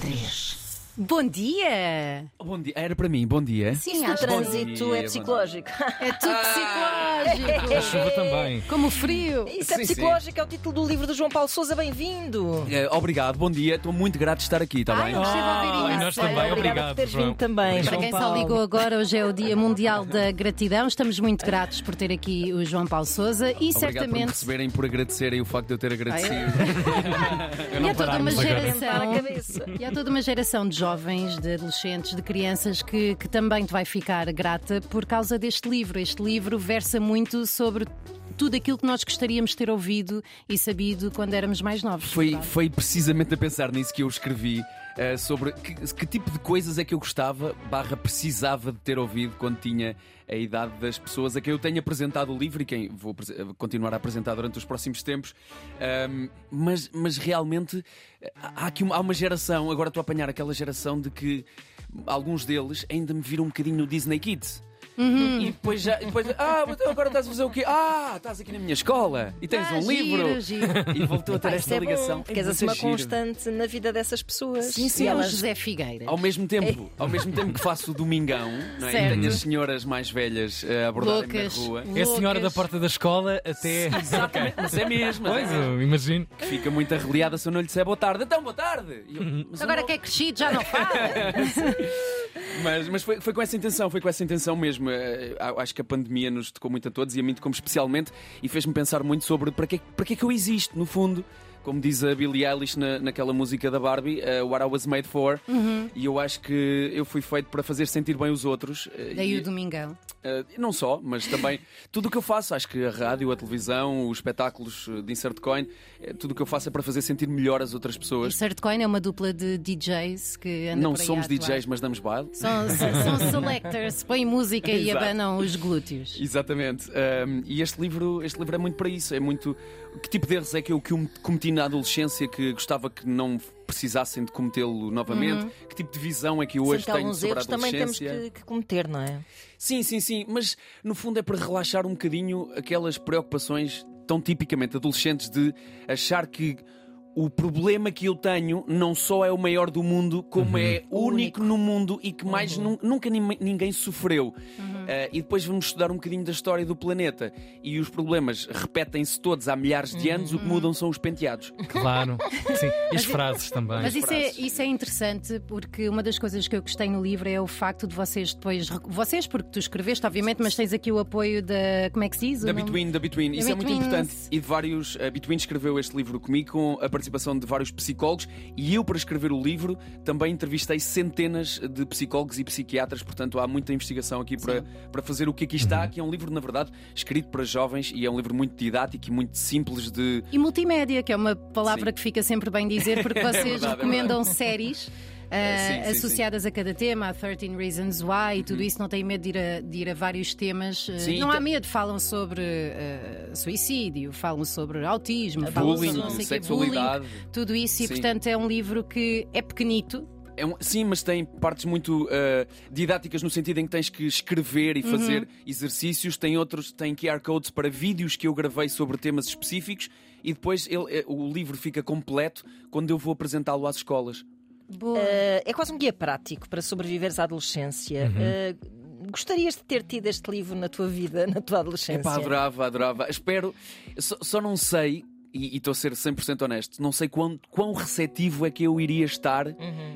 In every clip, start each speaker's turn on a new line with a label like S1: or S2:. S1: três.
S2: Bom dia!
S3: Bom dia. Era para mim, bom dia.
S2: Sim,
S4: Isto do
S2: acho que sim.
S4: trânsito é
S3: dia,
S4: psicológico.
S2: é tudo psicológico.
S1: A chuva também.
S2: Como o frio.
S4: Isso é
S3: Sim, sim.
S4: psicológico, é o título do livro do João Paulo Souza, bem-vindo!
S3: Eh, obrigado, bom dia. Estou muito grato de estar aqui, está
S2: Ai,
S3: bem?
S2: não chega a ouvir
S1: Ah, e
S2: isso.
S1: nós também,
S4: Obrigada por
S1: obrigado.
S4: teres
S1: João.
S4: vindo também,
S2: Para
S4: João
S2: quem só
S4: Paulo.
S2: ligou agora, hoje é o Dia Mundial da Gratidão. Estamos muito gratos por ter aqui o João Paulo Souza e
S3: Obrigado por me
S2: certamente
S3: receberem, por agradecerem o facto de eu ter agradecido.
S2: e há toda uma
S1: parámos agora.
S4: Para a
S2: geração.
S4: cabeça.
S2: E há toda uma geração de jovens, de adolescentes, de crianças que, que também te vai ficar grata por causa deste livro. Este livro versa muito sobre tudo aquilo que nós gostaríamos de ter ouvido e sabido quando éramos mais novos.
S3: Foi,
S2: verdade?
S3: foi precisamente a pensar nisso que eu escrevi eh, sobre que, que tipo de coisas é que eu gostava, barra precisava de ter ouvido quando tinha a idade das pessoas a quem eu tenho apresentado o livro e quem vou apres- eh, continuar a apresentar durante os próximos tempos. Ahm, mas, mas realmente eh, há aqui uma, há uma geração, agora estou a apanhar aquela geração de que alguns deles ainda me viram um bocadinho no Disney Kids.
S2: Uhum.
S3: E depois já. e Depois, ah, mas agora estás a fazer o quê? Ah, estás aqui na minha escola e tens
S2: Ah,
S3: um
S2: giro,
S3: livro.
S2: giro.
S3: E voltou a ter
S4: Ah, isso
S3: esta
S4: é
S3: ligação.
S4: bom, porque és
S3: muito
S4: assim uma
S3: giro.
S4: constante na vida dessas pessoas.
S2: Sim, sim,
S4: E
S2: é o
S4: elas
S2: José Figueira.
S3: Ao mesmo tempo,
S4: É.
S3: ao mesmo tempo que faço o domingão, não é?
S2: Certo.
S3: E tenho as senhoras mais velhas eh, a abordarem na
S2: Loucas.
S3: rua.
S1: É a senhora da
S2: Loucas.
S1: porta da escola até.
S3: Exatamente, mas é mesmo, mas é
S1: Pois,
S3: mesmo.
S1: eu imagino.
S3: Que fica muito arreliada se eu não lhe disser boa tarde. Então, boa tarde! E eu, mas eu
S2: Agora
S3: não-
S2: que é crescido, já não fala.
S3: Mas, mas foi, foi com essa intenção, foi com essa intenção mesmo. Eh, a- acho que a pandemia nos tocou muito a todos e a mim tocou especialmente e fez-me pensar muito sobre para que, para que é que eu existo, no fundo. Como diz a Billie Eilish na, naquela música da Barbie, eh, What I Was Made For. E eu acho que eu fui feito para fazer sentir bem os outros. eh,
S2: Daí
S3: e-
S2: o Domingão.
S3: Uh, não só, mas também tudo o que eu faço, acho que a rádio, a televisão, os espetáculos de insert coin, eh, tudo o que eu faço é para fazer sentir melhor as outras
S2: O
S3: pessoas.
S2: Certcoin é uma dupla de DJs que anda
S3: Não
S2: por é aí
S3: somos
S2: a atuar.
S3: DJs, mas damos baile.
S2: São, são selectors, põem música e
S3: Exato.
S2: abanam os glúteos.
S3: Exatamente. Um, e este livro, este livro é muito para isso. É muito. Que tipo de erros é que eu que eu cometi na adolescência que gostava que não precisassem de cometê-lo novamente? Que tipo de visão é que eu
S4: Uhum. Sim,
S3: hoje
S4: que
S3: tenho
S4: alguns
S3: sobre a
S4: então erros também
S3: adolescência?
S4: temos que, que cometer, não é?
S3: Sim, sim, sim, mas no fundo é para relaxar um bocadinho aquelas preocupações tão tipicamente adolescentes de achar que o problema que eu tenho não só é o maior do mundo, como é único, no mundo e que mais nun- nunca nim- ninguém sofreu. Ah, e depois vamos estudar um bocadinho da história do planeta. E os problemas repetem-se todos há milhares de anos, o que mudam são os penteados.
S1: Claro. Sim. E as frases também.
S2: Mas isso é,
S3: frases.
S2: isso é interessante porque uma das coisas que eu gostei no livro é o facto de vocês depois. rec- Vocês, porque tu escreveste, obviamente, mas tens aqui o apoio da. Como é que se diz? o
S3: Da
S2: nome?
S3: Between, da Between. Isso é muito
S2: Betweens.
S3: importante. E de vários. A Between escreveu este livro comigo com a participação de vários psicólogos e eu, para escrever o livro, também entrevistei centenas de psicólogos e psiquiatras. Portanto, há muita investigação aqui para, para fazer o que aqui está. Aqui é um livro, na verdade, escrito para jovens e é um livro muito didático e muito simples de.
S2: E multimédia, que é uma palavra
S3: Sim.
S2: que fica sempre bem dizer, porque vocês
S3: verdade, é
S2: recomendam séries.
S3: É,
S2: ah,
S3: sim, sim,
S2: associadas a cada tema, a 13 Reasons Why e tudo isso, não têm medo de ir a, de ir a vários temas. eh,
S3: Sim,
S2: não há
S3: tem-
S2: medo, falam sobre ah, suicídio, falam sobre autismo, falam
S3: É Bullying,
S2: sobre não sei o quê,
S3: sexualidade.
S2: bullying, tudo isso, e
S3: Sim.
S2: portanto é um livro que é pequenito,
S3: É um- sim, mas tem partes muito eh, didáticas no sentido em que tens que escrever e fazer exercícios. Tem outros, tem QR codes para vídeos que eu gravei sobre temas específicos e depois ele- eh, o livro fica completo quando eu vou apresentá-lo às escolas.
S2: boa.
S4: Eh, é quase um guia prático para sobreviveres à adolescência. Eh, gostarias de ter tido este livro na tua vida, na tua adolescência?
S3: Epá, adorava, adorava. Espero, só, só não sei. E e estou a ser 100% honesto, não sei quão, quão receptivo é que eu iria estar.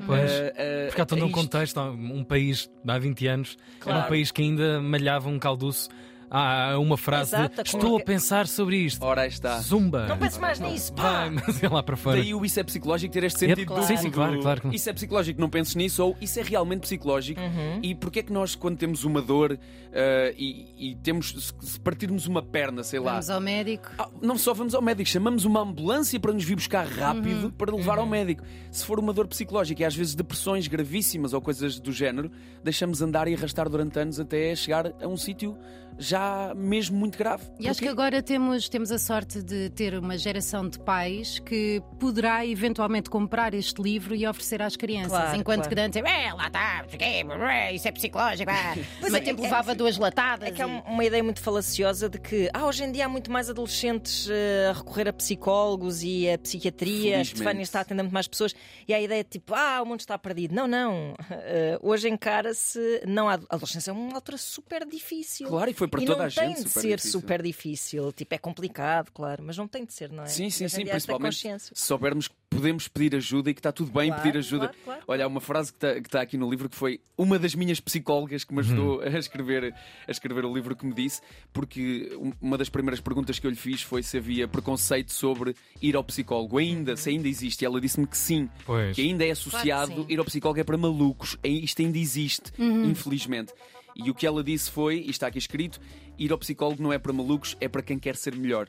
S1: Pois.
S3: eh, eh,
S1: Uhum. Porque há todo
S3: a
S1: um
S3: isto.
S1: contexto, há um país de há 20 anos era
S3: Claro.
S1: um país que ainda malhava um calduço a uma frase de,
S4: Exato, a
S1: Estou
S4: comunica-
S1: a pensar sobre isto.
S3: Ora, aí está.
S1: Zumba!
S4: Não penses mais nisso, pá!
S1: Vai, mas é lá para fora.
S3: Daí o isso é psicológico ter este
S1: Yep.
S3: sentido
S1: Claro.
S3: do-
S1: Sim, sim,
S3: do-
S1: claro, claro, claro.
S3: Isso é psicológico, não penses nisso, ou isso é realmente psicológico. E porquê é que nós, quando temos uma dor eh, e, e temos, se- se partirmos uma perna, sei lá.
S2: Vamos ao médico.
S3: ah, Não só vamos ao médico, chamamos uma ambulância para nos vir buscar rápido para levar ao médico. Se for uma dor psicológica e às vezes depressões gravíssimas ou coisas do género, deixamos andar e arrastar durante anos até chegar a um sítio já já mesmo muito grave.
S2: E acho que agora temos, temos a sorte de ter uma geração de pais que poderá eventualmente comprar este livro e oferecer às crianças.
S4: Claro,
S2: enquanto
S4: claro.
S2: que antes, é, lá está, não sei o quê, brrr, isso é psicológico. ah."
S4: Pois
S2: Mas
S4: é,
S2: tempo
S4: é-
S2: levava duas latadas.
S4: É que há
S2: e-
S4: um- uma ideia muito falaciosa de que ah, hoje em dia há muito mais adolescentes eh, a recorrer a psicólogos e a psiquiatria. A
S3: Felizmente.
S4: Stefania está atendendo mais pessoas. E a ideia de tipo, ah, o mundo está perdido. Não, não. Eh, hoje encara-se. Não, a adolescência é uma altura super difícil.
S3: Claro, e foi para
S4: e
S3: toda
S4: não
S3: a
S4: tem
S3: gente
S4: de
S3: super
S4: ser
S3: difícil.
S4: super difícil. Tipo, é complicado, claro, mas não tem de ser, não é?
S3: Sim, sim,
S4: Hoje em
S3: sim,
S4: dia há esta
S3: principalmente se
S4: consciência.
S3: soubermos que podemos pedir ajuda e que está tudo bem
S4: Claro,
S3: pedir ajuda.
S4: claro, claro.
S3: Olha, há uma frase que está que está aqui no livro que foi uma das minhas psicólogas que me ajudou a, escrever, a escrever o livro que me disse, porque um- uma das primeiras perguntas que eu lhe fiz foi se havia preconceito sobre ir ao psicólogo.
S4: Uhum.
S3: Ainda, se ainda existe. E ela disse-me que sim,
S1: Pois.
S3: que ainda é associado
S2: sim.
S3: ir ao psicólogo é para malucos. E Isto ainda existe,
S4: Uhum.
S3: infelizmente. E o que ela disse foi, e está aqui escrito, ir ao psicólogo não é para malucos, é para quem quer ser melhor.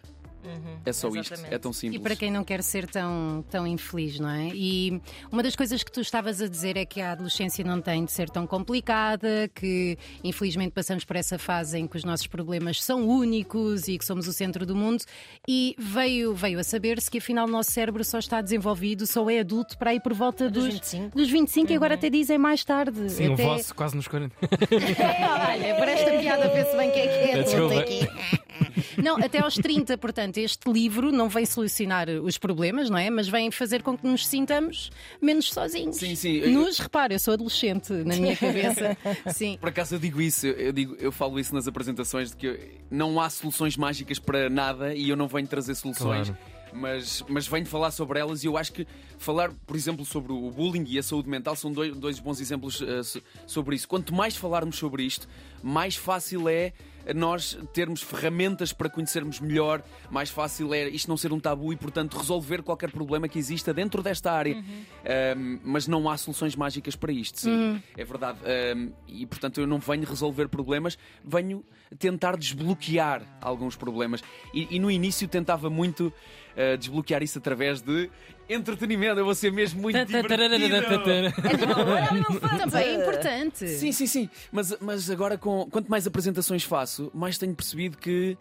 S3: é só isto,
S4: exatamente.
S3: é tão simples.
S2: E para quem não quer ser tão, tão infeliz, não é? E uma das coisas que tu estavas a dizer é que a adolescência não tem de ser tão complicada, que infelizmente passamos por essa fase em que os nossos problemas são únicos e que somos o centro do mundo. E veio, veio a saber-se que afinal o nosso cérebro só está desenvolvido, só é adulto para ir por volta dos,
S4: Dos
S2: dos
S4: 25.
S2: 25, e Uhum. agora até dizem mais tarde.
S1: Sim,
S2: até... É,
S1: o vosso quase nos 40.
S2: Olha, por esta piada vê-se bem quem é que é adulto
S1: Desculpa.
S2: aqui. Não, até aos 30, portanto, este livro não vem solucionar os problemas, não é? Mas vem fazer com que nos sintamos menos sozinhos.
S3: Sim, sim, eu-
S2: Nos, repara, eu sou adolescente na minha cabeça. Sim.
S3: Por acaso eu digo isso, eu, eu digo, eu falo isso nas apresentações de que não há soluções mágicas para nada e eu não venho trazer soluções.
S1: Claro.
S3: Mas, mas venho falar sobre elas e eu acho que falar, por exemplo, sobre o bullying e a saúde mental são dois, dois bons exemplos eh, so- sobre isso. Quanto mais falarmos sobre isto, mais fácil é nós termos ferramentas para conhecermos melhor, mais fácil é isto não ser um tabu e, portanto, resolver qualquer problema que exista dentro desta área. Ahm, mas não há soluções mágicas para isto, sim. É verdade. Ahm, e, portanto, eu não venho resolver problemas, venho tentar desbloquear alguns problemas. E, e no início tentava muito ah, desbloquear isso através de entretenimento. Eu vou ser mesmo muito divertido.
S2: Também é importante.
S3: Sim, sim, sim. Mas, mas agora, com, quanto mais apresentações faço, mais tenho percebido que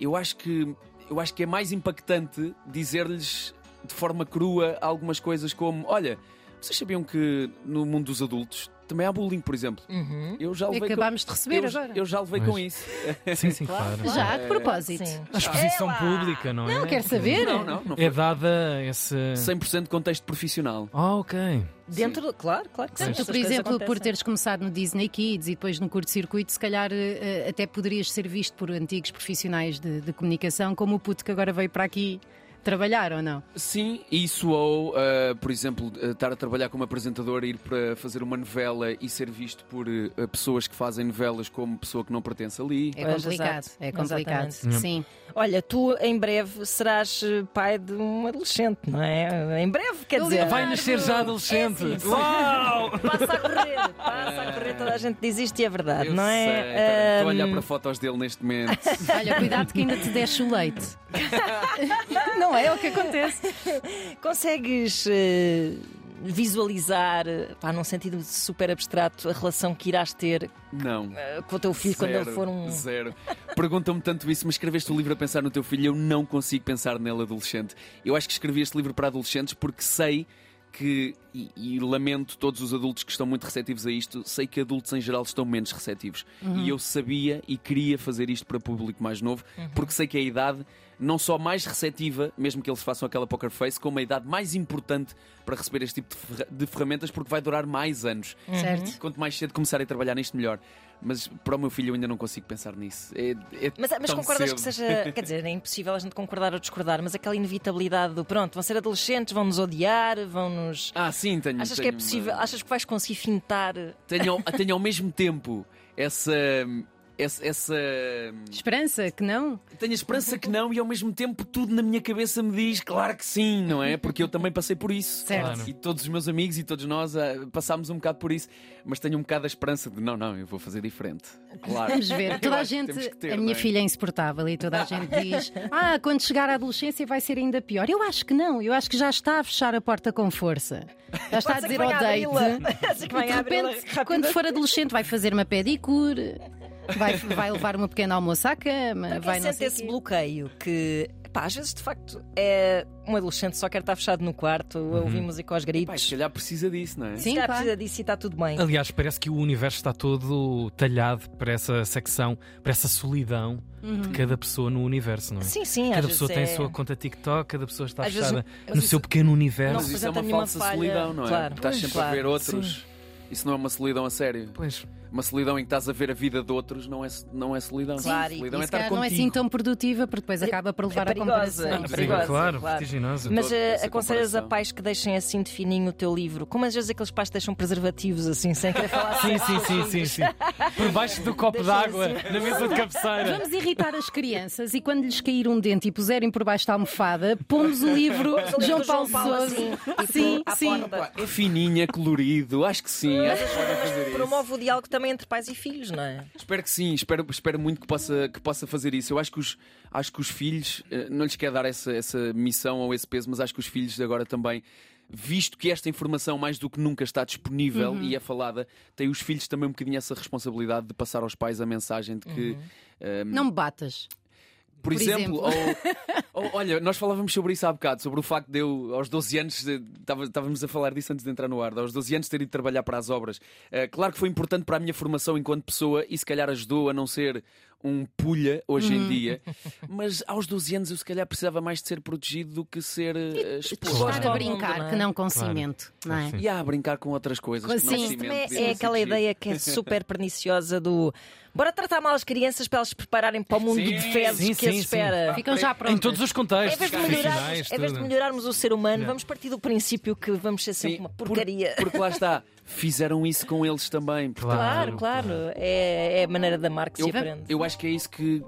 S3: eu acho que, eu acho que é mais impactante dizer-lhes de forma crua algumas coisas como: olha, vocês sabiam que no mundo dos adultos também há bullying, por exemplo? Eu já levei
S2: É Acabámos de
S3: com...
S2: receber
S3: eu,
S2: agora.
S3: eu já levei
S1: Mas-
S3: com isso.
S1: Sim, sim, claro.
S2: Já, de propósito.
S4: Sim.
S1: A exposição
S4: Ela!
S1: pública, não é?
S2: Não, quero saber.
S3: Não, não, não foi.
S1: É dada esse.
S3: 100% de contexto profissional.
S1: Ah, ok.
S4: Dentro, do- claro, claro que sim.
S2: Tu,
S4: essas
S2: por
S4: coisas
S2: exemplo, por
S4: acontecem.
S2: teres começado no Disney Kids e depois no curto-circuito, se calhar eh, até poderias ser visto por antigos profissionais de, de comunicação, como o puto que agora veio para aqui trabalhar, ou não?
S3: Sim, isso ou, ah, por exemplo, ah, estar a trabalhar como apresentador, ir para fazer uma novela e ser visto por ah, pessoas que fazem novelas como pessoa que não pertence ali.
S2: É
S4: Pois,
S2: complicado,
S4: exato.
S2: é complicado.
S4: Exatamente.
S2: Sim.
S4: Olha, tu em breve serás eh, pai de um adolescente, não é? Em breve, quer dizer.
S1: Vai nascer já adolescente.
S4: É, sim, sim.
S1: Uau!
S4: Passa a correr, passa a correr, toda a gente diz isto e é verdade,
S3: Eu
S4: não
S3: sei,
S4: é?
S3: pera, estou a olhar
S4: Ahm,
S3: para fotos dele neste momento.
S2: Olha, cuidado que ainda te deixe o leite. Não é o que acontece.
S4: Consegues eh, visualizar, eh, pá, num sentido super abstrato, a relação que irás ter
S3: Não.
S4: eh, com o teu filho quando ele
S3: Zero,
S4: for um.
S3: Zero. Perguntam-me tanto isso, mas escreveste o livro a pensar no teu filho, eu não consigo pensar nele adolescente. Eu acho que escrevi este livro para adolescentes porque sei que, e, e lamento todos os adultos que estão muito receptivos a isto, sei que adultos em geral estão menos receptivos.
S4: Uhum.
S3: E eu sabia e queria fazer isto para público mais novo,
S4: Uhum.
S3: porque sei que a idade. Não só mais receptiva, mesmo que eles façam aquela poker face, como a idade mais importante para receber este tipo de ferra- de ferramentas, porque vai durar mais anos.
S2: Certo.
S3: Quanto mais cedo começarem a trabalhar nisto, melhor. Mas para o meu filho eu ainda não consigo pensar nisso. É, é
S4: Mas, mas
S3: tão
S4: concordas
S3: cedo.
S4: que seja. Quer dizer, é impossível a gente concordar ou discordar, mas aquela inevitabilidade do pronto, vão ser adolescentes, vão nos odiar, vão nos.
S3: Ah, sim, tenho.
S4: Achas que
S3: tenho
S4: é possível?
S3: uma-
S4: Achas que vais conseguir fintar?
S3: Tenho, ao- tenho ao mesmo tempo essa. Essa, essa.
S2: Esperança que não?
S3: Tenho a esperança que não, e ao mesmo tempo tudo na minha cabeça me diz, claro que sim, não é? Porque eu também passei por isso.
S2: Certo.
S1: Claro.
S3: E todos os meus amigos e todos nós ah, passámos um bocado por isso. Mas tenho um bocado a esperança de, não, não, eu vou fazer diferente. Claro.
S2: Vamos ver.
S3: Eu
S2: Toda a
S3: acho que
S2: gente.
S3: temos que ter,
S2: a
S3: não
S2: minha
S3: é?
S2: filha é insuportável e toda a gente diz: Ah, quando chegar à adolescência vai ser ainda pior. Eu acho que não. Eu acho que já está a fechar a porta com força. Já está a
S4: "Oh,
S2: dizer ao date.
S4: Acho que vai
S2: De
S4: abri-la
S2: repente,
S4: rápido.
S2: quando for adolescente, vai fazer uma pedicure. Vai, vai levar uma pequena almoço à cama.
S4: Para Ah, quem
S2: vai não
S4: sente
S2: sei
S4: esse
S2: quê.
S4: bloqueio que. Pá, às vezes, de facto, é um adolescente só quer estar fechado no quarto, a ouvir música aos
S3: Pai,
S4: gritos.
S3: se calhar precisa disso, não
S2: Sim.
S3: é?
S4: se calhar
S2: claro.
S4: precisa disso e está tudo bem.
S1: Aliás, parece que o universo está todo talhado para essa secção, para essa solidão de cada pessoa no universo, não é?
S4: Uhum. Sim, sim, às
S1: Cada
S4: vezes
S1: pessoa tem
S4: é...
S1: a sua conta TikTok, cada pessoa está
S4: Às vezes
S1: fechada
S4: não-
S1: no seu pequeno
S4: não
S1: universo.
S3: Mas isso é
S4: representa
S3: uma
S4: nenhuma
S3: falsa
S4: falha.
S3: solidão, não é?
S4: Claro.
S3: Estás
S4: Pois,
S3: sempre a
S4: claro.
S3: ver outros. Isso não é uma solidão a sério.
S1: Pois,
S3: Uma solidão em que estás a ver a vida de outros não é, não é solidão.
S4: Claro, e-
S3: solidão
S2: E se
S3: é estar
S2: calhar não é
S3: contigo.
S2: assim tão produtiva, porque depois
S4: É-
S2: acaba por
S4: é
S2: levar a
S4: perigosa,
S2: comparação.
S4: é
S1: Sim,
S4: perigosa,
S1: claro,
S4: claro.
S1: vertiginosa.
S4: Mas
S3: Toda
S4: eh,
S3: essa
S4: aconselhas a
S3: comparação.
S4: pais que deixem assim de fininho o teu livro? Como às vezes aqueles pais que deixam preservativos assim, sem querer falar
S1: Sim, sim, sim, sim, sim. Por baixo do copo
S4: Deixa
S1: d'água,
S4: assim.
S1: na mesa de cabeceira.
S2: Vamos irritar as crianças e quando lhes cair um dente e puserem por baixo da almofada, pomos o livro
S4: o livro
S2: João
S4: do João
S2: Paulo
S4: Paulo,
S2: Sousa.
S4: assim,
S2: Sim,
S4: à
S2: sim.
S4: porta.
S3: É fininho, é colorido, acho que sim. Acho que podem fazer isso.
S4: Promove o diálogo também entre pais e filhos, não é?
S3: Espero que sim, espero, espero muito que possa, que possa fazer isso. Eu acho que os, acho que os filhos, eh, não lhes quero dar essa, essa missão ou esse peso, mas acho que os filhos agora também, visto que esta informação mais do que nunca está disponível
S4: Uhum.
S3: e é falada, têm os filhos também um bocadinho essa responsabilidade de passar aos pais a mensagem de
S4: Uhum.
S3: que. eh,
S2: Não me batas.
S3: por,
S2: Por
S3: exemplo, ou- ou- olha, nós falávamos sobre isso há bocado, sobre o facto de eu, aos 12 anos, de- tava- estávamos a falar disso antes de entrar no ar, de aos 12 anos ter ido trabalhar para as obras. Eh, claro que foi importante para a minha formação enquanto pessoa e se calhar ajudou a não ser um pulha hoje
S4: Hum.
S3: em dia, mas aos 12 anos eu se calhar precisava mais de ser protegido do que ser eh, exposto.
S1: Claro.
S2: Estar a brincar,
S4: Claro.
S2: que não com cimento, não é?
S3: E há a brincar com outras coisas.
S2: Mas
S3: que não assim
S2: sim.
S3: se
S2: Isso
S4: Também
S3: mente,
S4: é
S3: devia
S4: aquela
S3: ser
S4: ideia que é super perniciosa do bora tratar mal as crianças para elas se prepararem para o mundo
S3: Sim,
S4: de fezes
S1: sim,
S4: que as
S1: sim,
S4: espera.
S2: Ficam já
S1: Em
S2: prontos.
S1: todos os
S4: Em
S1: contextos,
S4: vez, de
S1: profissionais,
S4: melhorarmos, em vez de
S1: tudo.
S4: melhorarmos o ser humano, vamos partir do princípio que vamos ser sempre
S3: Sim,
S4: uma
S3: por-
S4: porcaria.
S3: Porque lá está, fizeram isso com eles também. portanto,
S4: Claro, claro. É, é a maneira da marca que se
S3: Eu,
S4: aprende.
S3: eu acho que é isso que,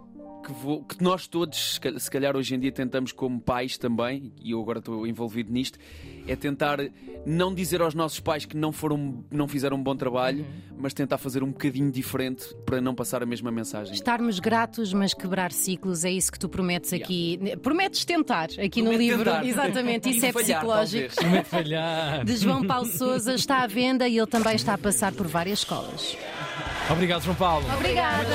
S3: que, vou- que nós todos, se cal- se calhar hoje em dia, tentamos como pais também, e eu agora estou envolvido nisto, é tentar não dizer aos nossos pais que não, foram, não fizeram um bom trabalho,
S2: Uhum.
S3: mas tentar fazer um bocadinho diferente para não passar a mesma mensagem.
S2: Estarmos gratos, mas quebrar ciclos, é isso que tu prometes aqui. Prometes tentar aqui no
S3: Prometo
S2: livro.
S3: tentar.
S2: Exatamente,
S3: E
S2: isso é
S3: falhar,
S2: psicológico.
S3: talvez.
S1: Momento de falhar.
S2: De João Paulo Souza está à venda e ele também está a passar por várias escolas.
S1: Obrigado, João Paulo.
S2: Obrigada.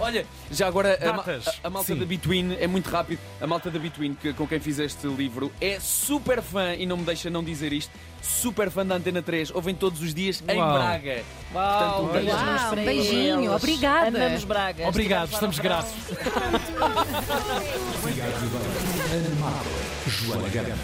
S3: Olha, já agora a, ma-
S1: Datas.
S3: a- a malta
S1: Sim.
S3: da Between é muito rápido. A malta da Between, que, com quem fiz este livro, é super fã, e não me deixa não dizer isto, super fã da Antena 3. Ouvem todos os dias em
S1: Uau.
S3: Braga. Portanto, um
S4: Uau,
S3: beijo.
S2: Uau,
S4: para
S2: beijinho,
S4: eles.
S2: obrigada.
S4: Amamos Braga.
S1: Obrigado, estamos graças.
S5: Joana Gama.